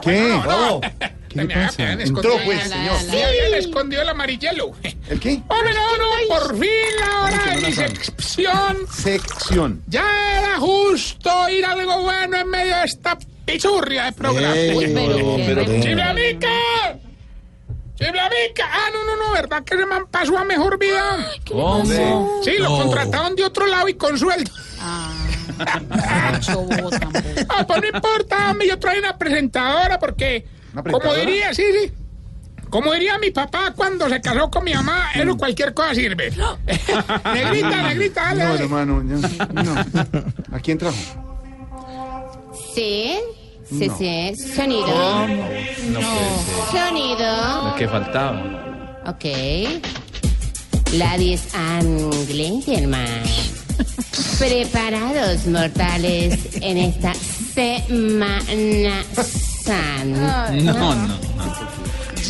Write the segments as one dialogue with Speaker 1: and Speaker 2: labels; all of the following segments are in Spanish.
Speaker 1: ¿Qué?
Speaker 2: no.
Speaker 1: ¿Qué le
Speaker 2: Ah,
Speaker 1: pasa?
Speaker 2: te han
Speaker 1: Entró,
Speaker 2: escondido
Speaker 1: pues,
Speaker 2: la-
Speaker 1: señor.
Speaker 2: Sí, habían escondido el amarillelo.
Speaker 1: ¿El qué?
Speaker 2: Hola, no, no, por fin la
Speaker 1: Vamos,
Speaker 2: hora
Speaker 1: que
Speaker 2: de
Speaker 1: no
Speaker 2: mi
Speaker 1: la saben.
Speaker 2: sección.
Speaker 1: Sección.
Speaker 2: Ya era justo ir a algo bueno en medio de esta pichurria de programa. ¡Chiblamica! ¡Chiblamica! Ah, no, no, no, ¿verdad que se me han pasado a mejor vida?
Speaker 1: Hombre.
Speaker 2: Sí, lo contrataron de otro lado y con sueldo. Ah, pues no importa, hombre, yo traigo una presentadora porque,
Speaker 1: ¿Una
Speaker 2: como
Speaker 1: presentadora?
Speaker 2: diría, sí, sí. Como diría mi papá cuando se casó con mi mamá,
Speaker 1: Mm.
Speaker 2: eso cualquier cosa sirve. negrita, negrita, dale.
Speaker 1: No,
Speaker 2: dale.
Speaker 1: hermano, ya, no. ¿A quién trajo?
Speaker 3: Sí, sí,
Speaker 1: No.
Speaker 3: sí. Sonido. Sonido.
Speaker 4: Lo que faltaba.
Speaker 3: Ok. Ladies and gentlemen. Preparados mortales en esta Semana Santa.
Speaker 4: No, no.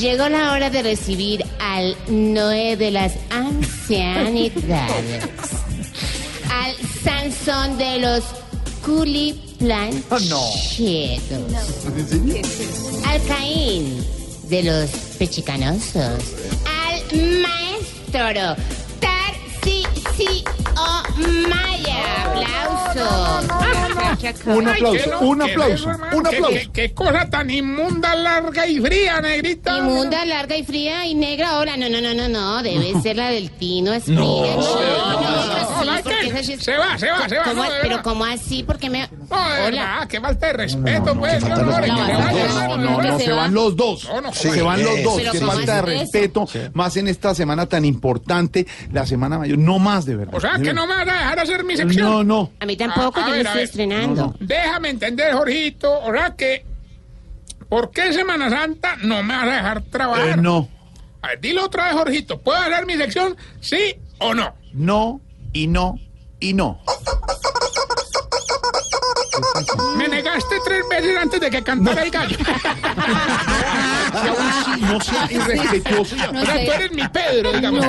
Speaker 3: Llegó la hora de recibir al Noé de las ancianidades. Al Sansón de los culiplanchetos. Al Caín de los pechicanosos. Al maestro Tarcisio Maya. Aplausos.
Speaker 1: Un
Speaker 2: Ay,
Speaker 1: aplauso,
Speaker 2: que no,
Speaker 1: un
Speaker 2: que
Speaker 1: aplauso,
Speaker 2: no, hermano,
Speaker 1: un
Speaker 2: que-
Speaker 1: aplauso.
Speaker 2: que- Qué cosa tan inmunda, larga y fría, negrita.
Speaker 3: Inmunda, larga y fría y negra ahora. No, no, no, no, no. Debe ser la del Tino Espina. No,
Speaker 2: no,
Speaker 3: sí,
Speaker 2: no,
Speaker 3: porque
Speaker 2: Michael,
Speaker 3: esa sí es-
Speaker 2: se va, se va, se va,
Speaker 3: ¿Cómo-
Speaker 2: no, de
Speaker 3: pero
Speaker 2: verdad.
Speaker 3: ¿cómo así? Porque me...
Speaker 2: No, de
Speaker 3: Hola.
Speaker 2: verdad, qué falta de respeto, pues.
Speaker 1: Falta
Speaker 2: no, no,
Speaker 1: de
Speaker 2: que
Speaker 1: respeto
Speaker 2: se
Speaker 1: a los
Speaker 2: vaya,
Speaker 1: dos.
Speaker 3: no,
Speaker 1: No,
Speaker 3: no,
Speaker 1: no,
Speaker 3: que
Speaker 1: se
Speaker 3: se
Speaker 1: van
Speaker 3: va.
Speaker 1: los dos.
Speaker 2: No, no,
Speaker 1: Se van los dos.
Speaker 3: Pero
Speaker 1: Qué
Speaker 3: ¿cómo
Speaker 1: falta de
Speaker 3: hacen eso?
Speaker 1: respeto. Más en esta semana tan importante, la semana mayor. No más, de verdad.
Speaker 2: O sea,
Speaker 1: de
Speaker 2: que
Speaker 1: verdad.
Speaker 2: no me van a dejar hacer mi sección.
Speaker 1: No, no.
Speaker 3: A mí tampoco,
Speaker 2: A- a
Speaker 3: yo me
Speaker 2: ver, a
Speaker 3: estoy
Speaker 2: ver.
Speaker 3: estrenando.
Speaker 2: Déjame entender, Jorgito, o sea que, ¿por qué Semana Santa no me vas a dejar trabajar?
Speaker 1: Eh, no.
Speaker 2: A ver, dilo otra vez, Jorgito, ¿puedo hacer mi sección, sí o no?
Speaker 1: No y no y no.
Speaker 2: Me negaste tres veces antes de que cantara el gallo. Ah,
Speaker 1: No sea irrespetuoso.
Speaker 2: o sea, tú eres mi Pedro, digamos.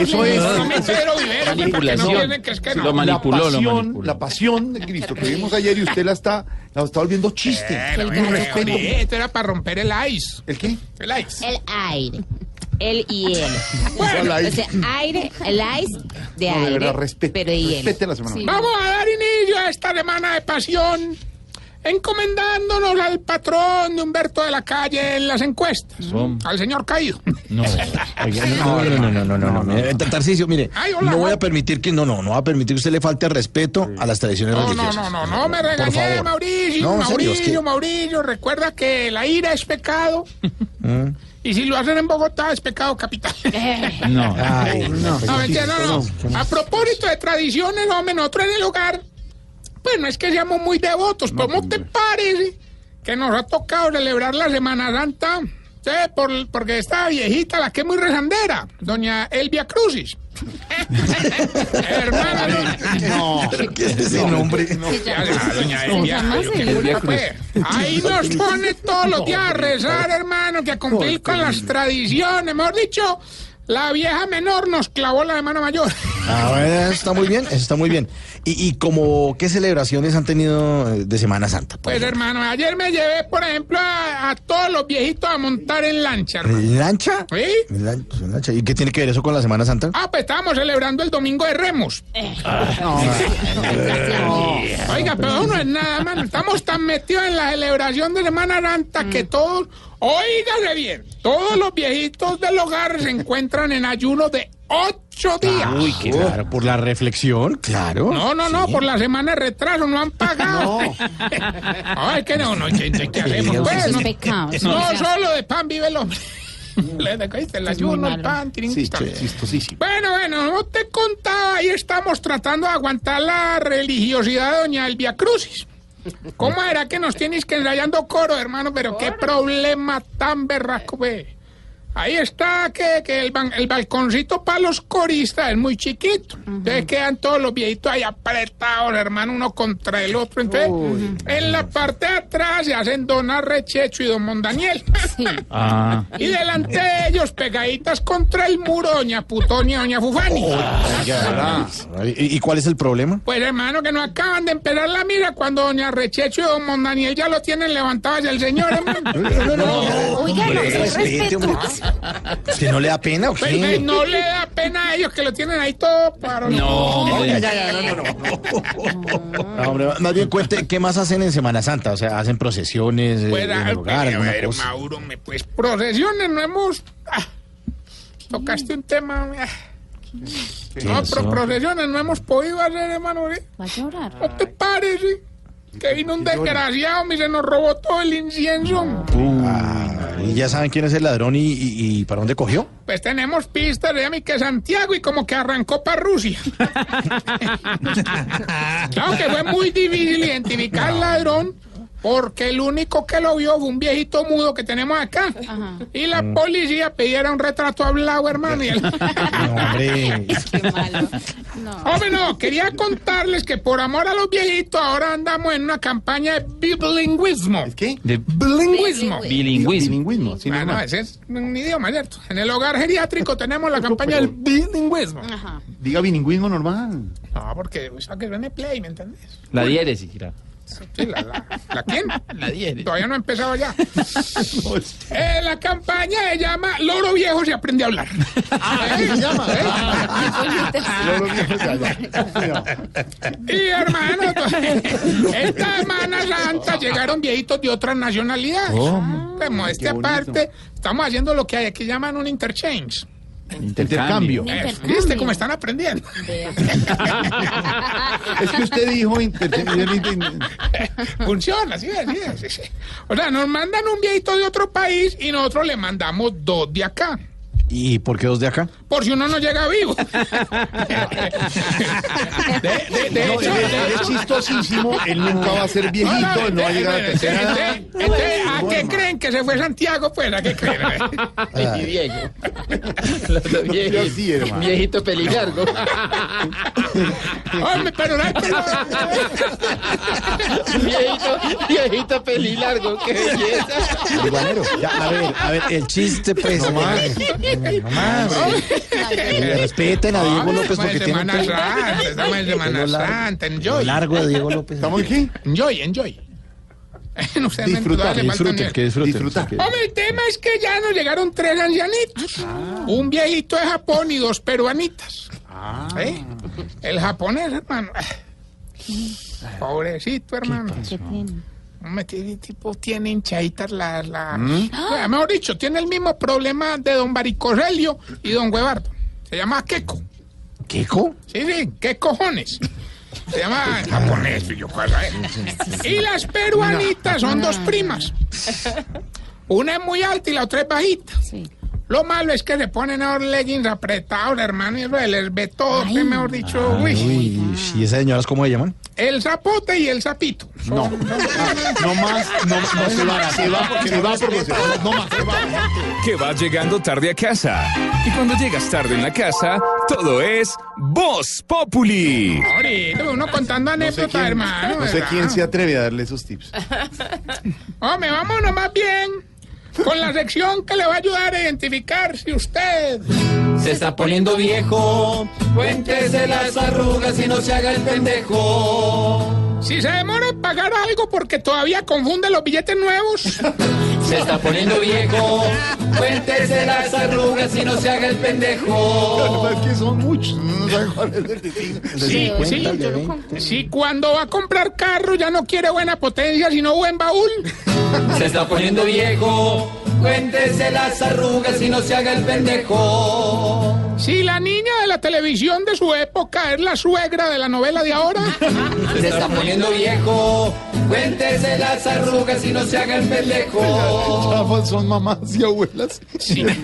Speaker 1: Eso es.
Speaker 2: No, mi Pedro Viveros, pues, porque no
Speaker 4: Manipulación.
Speaker 2: tienen que es que
Speaker 4: Sí,
Speaker 2: no.
Speaker 4: lo
Speaker 1: La
Speaker 4: manipuló, lo
Speaker 1: pasión,
Speaker 4: manipuló.
Speaker 1: la pasión de Cristo que vimos ayer y usted la está, la está volviendo chiste. Un
Speaker 2: Bueno, bueno,
Speaker 1: respeto.
Speaker 2: Jorge, Esto era para romper el ice.
Speaker 1: ¿El qué?
Speaker 2: El ice.
Speaker 3: El aire. El hielo.
Speaker 1: ¿Cuál
Speaker 2: Bueno,
Speaker 1: aire?
Speaker 3: O sea, aire, el ice de
Speaker 1: No, de
Speaker 3: aire,
Speaker 1: verdad, respete.
Speaker 3: pero hielo.
Speaker 1: respete la semana.
Speaker 2: vamos a dar inicio a esta semana de pasión, encomendándonos al patrón de Humberto de la Calle en las encuestas.
Speaker 4: Som-
Speaker 2: Al señor Caído.
Speaker 4: No.
Speaker 5: No, no, no, no, no, no, no. Eh, Tarcisio, mire,
Speaker 2: Ay, hola,
Speaker 5: no voy
Speaker 2: Juan.
Speaker 5: a permitir que, no, no, no va a permitir que usted le falte al respeto a las tradiciones
Speaker 2: No, no,
Speaker 5: religiosas.
Speaker 2: no, no, no me
Speaker 5: Por
Speaker 2: regañé,
Speaker 5: favor.
Speaker 2: Mauricio,
Speaker 5: No, en serio,
Speaker 2: Mauricio,
Speaker 5: es que-
Speaker 2: Mauricio, recuerda que la ira es pecado.
Speaker 5: Ah.
Speaker 2: y si lo hacen en Bogotá es pecado capital.
Speaker 4: No.
Speaker 5: Ay, no.
Speaker 2: No, mentira, no, no. A propósito de tradiciones, hombre, nosotros en el hogar, pues no es que seamos muy devotos. ¿Cómo te parece que nos ha tocado celebrar la Semana Santa? Sí, por- porque esta viejita, la que es muy rezandera, doña Elvia Crucis. Hermana, no.
Speaker 5: ¿Pero qué es ese nombre?
Speaker 2: Ya, ya, doña Elvia, yo qué culpa, pues. Ahí nos pone todos los días a rezar, hermano, que a cumplir con las tradiciones. Mejor dicho, la vieja menor nos clavó la hermana mayor.
Speaker 5: Ah, bueno, eso está muy bien, eso está muy bien. ¿Y, y como qué celebraciones han tenido eh, de Semana Santa? por
Speaker 2: Pues
Speaker 5: ejemplo?
Speaker 2: hermano, ayer me llevé, por ejemplo, a, a todos los viejitos a montar en lancha, hermano.
Speaker 5: ¿Lancha?
Speaker 2: ¿Sí?
Speaker 5: Lancha, lancha. ¿Y qué tiene que ver eso con la Semana Santa?
Speaker 2: Ah, pues estábamos celebrando el domingo de remos. Oiga, pero no es nada, hermano. Estamos tan metidos en la celebración de Semana Santa que todos, oígase bien, todos los viejitos del hogar se encuentran en ayuno de ocho días.
Speaker 5: Ah, Uy, qué claro, por la reflexión, claro.
Speaker 2: No, no, no, por la semana de retraso no han pagado.
Speaker 1: No.
Speaker 2: Ay, que no, no, ¿qué, qué- qué hacemos? Pues, no, no solo de pan vive el hombre. Le dejaste el ayuno, el pan, tirin,
Speaker 1: Sí,
Speaker 2: tan.
Speaker 1: chistosísimo.
Speaker 2: Bueno, bueno, no te contaba, ahí estamos tratando de aguantar la religiosidad de doña Elvia Crucis. ¿Cómo era que nos tienes que ensayando coro, hermano? Pero qué problema tan berraco, ve. Ahí está que, que el, ban- el balconcito para los coristas es muy chiquito. Entonces quedan todos los viejitos ahí apretados, hermano, uno contra el otro. Entonces, en la parte de atrás se hacen Don Arrechecho y Don Mondaniel.
Speaker 4: Ah.
Speaker 2: y delante de ellos, pegaditas contra el muro, Doña Putonia, Doña Fufani.
Speaker 5: ¿Y, y cuál es el problema?
Speaker 2: Pues hermano, que no acaban de empezar la mira cuando doña Rechecho y don Mondaniel ya lo tienen levantado hacia el señor, hermano. Pues,
Speaker 3: Oiga, no,
Speaker 5: Hombre,
Speaker 3: es
Speaker 5: respete, hombre. ¿Usted no le da pena o
Speaker 2: Pues, pues,
Speaker 5: qué?
Speaker 2: no le da pena a ellos que lo tienen ahí todo para...
Speaker 4: No, hombre.
Speaker 5: No, hombre, más bien cuente, ¿qué más hacen en Semana Santa? O sea, ¿hacen procesiones eh,
Speaker 2: Pues,
Speaker 5: en
Speaker 2: ah,
Speaker 5: el hogar,
Speaker 2: pero, a
Speaker 5: alguna
Speaker 2: ver,
Speaker 5: cosa?
Speaker 2: Mauro, me, pues procesiones no hemos... ah, tocaste un tema... ah. No, pero
Speaker 4: pasó?
Speaker 2: procesiones no hemos podido hacer, hermano. ¿eh?
Speaker 3: Va a llorar.
Speaker 2: ¿No te parece? Que vino un desgraciado, y se nos robó todo el incienso.
Speaker 5: Ah, ¿Y ya saben quién es el ladrón y, y- y para dónde cogió?
Speaker 2: Pues tenemos pistas de mí que Santiago y como que arrancó para Rusia. claro que fue muy difícil identificar al ladrón porque el único que lo vio fue un viejito mudo que tenemos acá. Y la policía pidiera un retrato hablado, hermano. y él-
Speaker 5: No, hombre.
Speaker 3: Qué malo. No.
Speaker 2: Hombre, no, quería contarles que por amor a los viejitos ahora andamos en una campaña de bilingüismo.
Speaker 1: ¿Qué?
Speaker 4: De
Speaker 2: Bilingüismo.
Speaker 4: bilingüismo.
Speaker 1: Bilingüismo, sí,
Speaker 2: Ah, no,
Speaker 1: nomás.
Speaker 2: ese es un idioma, ¿cierto? En el hogar geriátrico tenemos la campaña del bilingüismo.
Speaker 3: Ajá.
Speaker 1: Diga bilingüismo normal.
Speaker 2: No, porque o sea, que viene play, ¿me entendés?
Speaker 4: La diéresis, mira.
Speaker 2: Sí, la, la, ¿la quién?
Speaker 4: La diéresis.
Speaker 2: Todavía no he empezado ya. Eh, la campaña se llama Loro Viejo se aprende a hablar. ¿Eh?
Speaker 1: Ah,
Speaker 2: Y hermano, esta Semana Santa llegaron viejitos de otras nacionalidades. Como este aparte, estamos haciendo lo que hay aquí llaman un interchange.
Speaker 1: Intercambio.
Speaker 3: Un
Speaker 2: Eh,
Speaker 3: intercambio.
Speaker 2: ¿Viste cómo están aprendiendo?
Speaker 1: Es que usted dijo intercambio.
Speaker 2: Funciona, sí, sí, sí, sí. O sea, nos mandan un viejito de otro país y nosotros le mandamos dos de acá.
Speaker 5: ¿Y por qué dos de acá?
Speaker 2: Por si uno no llega vivo. De, de- de
Speaker 1: No,
Speaker 2: hecho,
Speaker 1: él, él es chistosísimo, él nunca va a ser viejito, él no va a llegar a la tercera edad.
Speaker 2: Entonces, entonces, ¿a qué creen que se fue Santiago? Pues, ¿a qué creen?
Speaker 6: Y Diego. Los
Speaker 1: Yo sí,
Speaker 6: viejito,
Speaker 1: hermano.
Speaker 6: viejito pelilargo.
Speaker 2: Hombre, pero no, pero-
Speaker 6: viejito, viejito pelilargo. Qué belleza.
Speaker 5: Igualero. Ya, a ver, a ver, el chiste, pues. No más. No más. Le respeten a Diego López
Speaker 2: Estamos en
Speaker 5: porque tiene un
Speaker 2: pues, Semana
Speaker 5: pelo
Speaker 2: Santa, estamos en Semana
Speaker 5: pelo largo.
Speaker 2: Santa,
Speaker 5: pelo
Speaker 2: enjoy,
Speaker 5: largo de Diego López.
Speaker 1: ¿Estamos aquí?
Speaker 2: enjoy, enjoy. No sé, men,
Speaker 1: Disfrutar,
Speaker 2: todavía le faltan-
Speaker 5: Disfruten, que disfruten.
Speaker 1: Disfrutar.
Speaker 2: Hombre, el tema es que ya nos llegaron tres ancianitos. Un viejito de Japón y dos peruanitas. ¿Eh? El japonés, hermano. Pobrecito, hermano.
Speaker 3: Qué pena.
Speaker 2: Hombre, tiene- tipo tiene hinchaditas las... La, Ah, Mejor dicho, tiene el mismo problema de don Baricoselio y don Guevardo. Se llama Keko.
Speaker 5: ¿Queco?
Speaker 2: Sí, sí, ¿qué cojones? Se llama en japonés, y yo cuál sabe. Y las peruanitas son dos primas. Una es muy alta y la otra es bajita.
Speaker 3: Sí.
Speaker 2: Lo malo es que le ponen ahora leggings apretados, hermano, y eso les ve todo, que mejor dicho, uy.
Speaker 5: Uy, ¿y esas señoras cómo se llaman?
Speaker 2: El zapote y el zapito.
Speaker 1: No, no más, no, no se va, se va porque se va porque se va, no más, se va.
Speaker 7: que vas llegando tarde a casa. Y cuando llegas tarde en la casa, todo es Voz Populi.
Speaker 2: Ahorita uno contando anécdotas, hermano.
Speaker 1: no sé
Speaker 2: ¿verdad?
Speaker 1: quién se atreve a darle esos tips.
Speaker 2: Hombre, vámonos más bien con la sección que le va a ayudar a identificar si usted...
Speaker 6: Se está poniendo viejo. Cuéntese las arrugas y no se haga el pendejo.
Speaker 2: Si se demora en pagar algo porque todavía confunde los billetes nuevos.
Speaker 6: Se está poniendo viejo. Cuéntese las arrugas y no se haga el pendejo.
Speaker 1: Lo que pasa es que son muchos, uno no sabe cuál es el destino.
Speaker 2: Sí, sí. Si cuando va a comprar carro ya no quiere buena potencia, sino buen baúl.
Speaker 6: Se está poniendo viejo. Cuéntese las arrugas y no se haga el pendejo.
Speaker 2: Si la niña de la televisión de su época es la suegra de la novela de ahora,
Speaker 6: Se está poniendo viejo. Cuéntese las arrugas y no se haga el pendejo.
Speaker 1: Chafas son mamás y abuelas. Sí.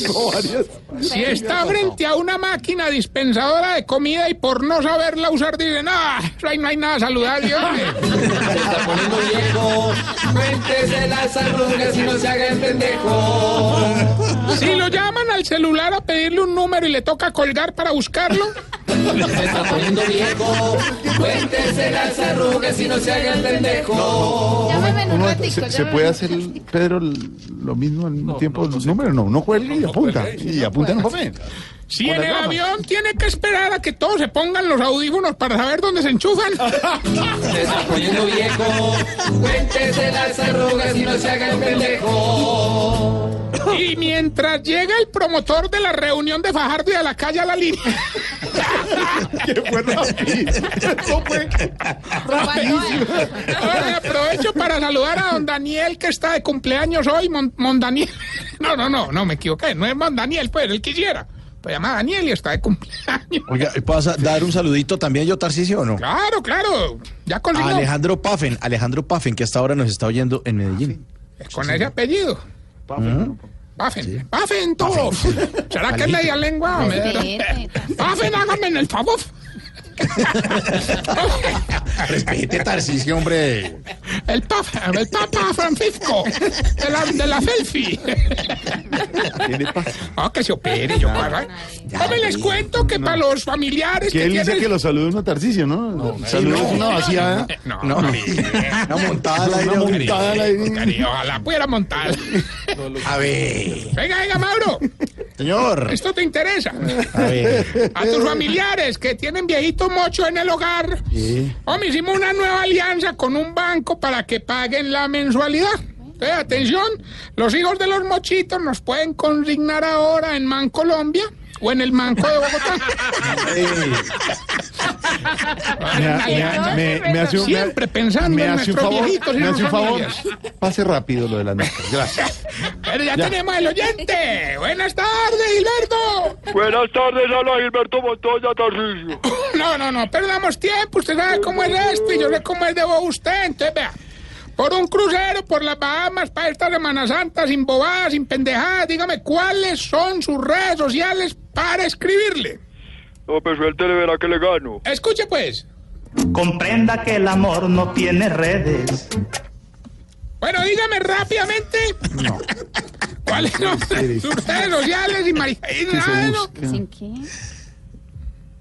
Speaker 1: Tengo varias.
Speaker 2: si está frente a una máquina dispensadora de comida y por no saberla usar dice, no, eso ahí no hay nada saludable. hombre".
Speaker 6: Se está poniendo viejo. Cuéntese las arrugas y no se haga el pendejo.
Speaker 2: Si lo llaman al celular a pedirle un número y le toca colgar para buscarlo,
Speaker 6: Se está poniendo viejo. Cuéntese las arrugas y no se haga el pendejo.
Speaker 8: Llámame en un
Speaker 1: Uno-
Speaker 8: ratico.
Speaker 1: ¿se, se puede hacer, Pedro, l- lo mismo al mismo tiempo? los números no, no cuelgue y apunta. y apunta en el papel.
Speaker 2: si
Speaker 1: Con
Speaker 2: en
Speaker 1: la
Speaker 2: el
Speaker 1: gama.
Speaker 2: avión tiene que esperar a que todos se pongan los audífonos para saber dónde se enchufan.
Speaker 6: Se está poniendo viejo. Cuéntese las arrugas y no se haga el pendejo.
Speaker 2: Y mientras llega el promotor de la reunión de Fajardo y de la calle a la línea.
Speaker 1: Que fue rápido. Eso fue
Speaker 2: Ahora aprovecho para saludar a don Daniel que está de cumpleaños hoy. Mon, Mon Daniel. No, no, no, no me equivoqué. No es Mon Daniel, pues él quisiera. Pues llama Daniel y está de cumpleaños.
Speaker 5: Oiga, ¿puedo dar un saludito también yo, Tarcisio, o no?
Speaker 2: Claro, claro. Ya
Speaker 5: A
Speaker 2: consigo.
Speaker 5: Alejandro Paffen, Alejandro Paffen, que hasta ahora nos está oyendo en Medellín.
Speaker 2: Con ese apellido.
Speaker 1: ¿Mm?
Speaker 2: Pafen. Pafen todo. ¿Será que es media lengua?
Speaker 8: Respete.
Speaker 2: Pafen, hágame en el favor.
Speaker 5: Respete, Tarcisio, hombre.
Speaker 2: El Papa, el Papa Francisco, de la, de la selfie. Ah, que se opere, yo para. Hombre, les cuento que para los familiares
Speaker 1: Que
Speaker 2: que
Speaker 1: él dice
Speaker 2: tienen.
Speaker 1: que los saludos no Tarcisio, ¿no? saludos es una vaciada.
Speaker 2: No,
Speaker 5: No.
Speaker 2: no,
Speaker 5: Una montada al aire.
Speaker 1: Una
Speaker 5: hombre.
Speaker 1: montada al aire.
Speaker 2: cariño, ojalá pudiera montar.
Speaker 5: A ver,
Speaker 2: Venga, venga, Mauro,
Speaker 5: señor.
Speaker 2: esto te interesa.
Speaker 5: A ver.
Speaker 2: A tus familiares que tienen viejito mocho en el hogar. Hombre, hicimos una nueva alianza con un banco para que paguen la mensualidad. Entonces, atención, los hijos de los mochitos nos pueden consignar ahora en Man Colombia o en el Manco de Bogotá.
Speaker 1: Me, ha- me ha- me- me hace un, me ha-
Speaker 2: Siempre pensando
Speaker 1: me
Speaker 2: en
Speaker 1: hace un
Speaker 2: nuestros
Speaker 1: favor.
Speaker 2: viejitos y
Speaker 1: Me
Speaker 2: en
Speaker 1: hace un
Speaker 2: sus
Speaker 1: favor.
Speaker 2: familias.
Speaker 1: Pase rápido lo de las notas. Gracias.
Speaker 2: Pero ya, tenemos el oyente. Buenas tardes, Hilberto.
Speaker 9: Buenas tardes, habla Gilberto Montoya Tarcisio.
Speaker 2: No, no, no, perdamos tiempo. Usted sabe cómo es esto y yo sé cómo es de vos usted. Entonces, vea, por un crucero por las Bahamas para esta Semana Santa, sin bobadas, sin pendejadas, dígame cuáles son sus redes sociales para escribirle.
Speaker 9: No, pues suerte le verá que le gano.
Speaker 2: Escuche, pues.
Speaker 9: Comprenda que el amor no tiene redes.
Speaker 2: Bueno, dígame rápidamente. No. ¿Cuáles son sus redes sociales y María? y nada, ¿no?
Speaker 8: ¿Sin qué?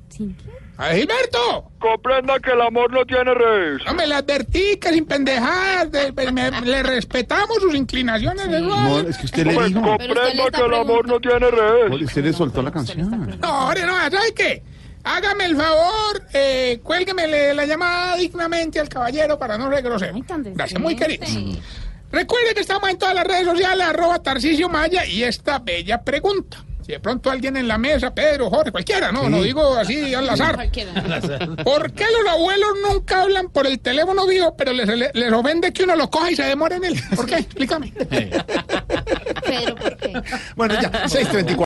Speaker 8: ¿Sin qué?
Speaker 2: A ver, Gilberto,
Speaker 9: Comprenda que el amor no tiene redes.
Speaker 2: no me le advertí que sin pendejadas, de- me- me- le respetamos sus inclinaciones. de
Speaker 1: No,
Speaker 2: igual.
Speaker 1: es que usted le
Speaker 9: Pues
Speaker 1: dijo.
Speaker 8: le
Speaker 9: comprenda
Speaker 8: está
Speaker 9: que el amor no tiene redes.
Speaker 1: Usted le soltó la canción.
Speaker 2: No, hombre, no, ¿sabes qué? Hágame el favor, eh, cuélguemele la llamada dignamente al caballero para no regresar. Gracias, muy querido. Recuerde que estamos en todas las redes sociales, arroba Tarcisio Maya, y esta bella pregunta. Si de pronto alguien en la mesa, Pedro, Jorge, cualquiera, no, no digo así al azar.
Speaker 8: Cualquiera.
Speaker 2: ¿Por qué los abuelos nunca hablan por el teléfono vivo, pero les, les, ofende que uno lo coja y se demore en él? ¿Por qué? Explícame.
Speaker 8: Pedro, ¿por qué?
Speaker 1: Bueno, ya, 634.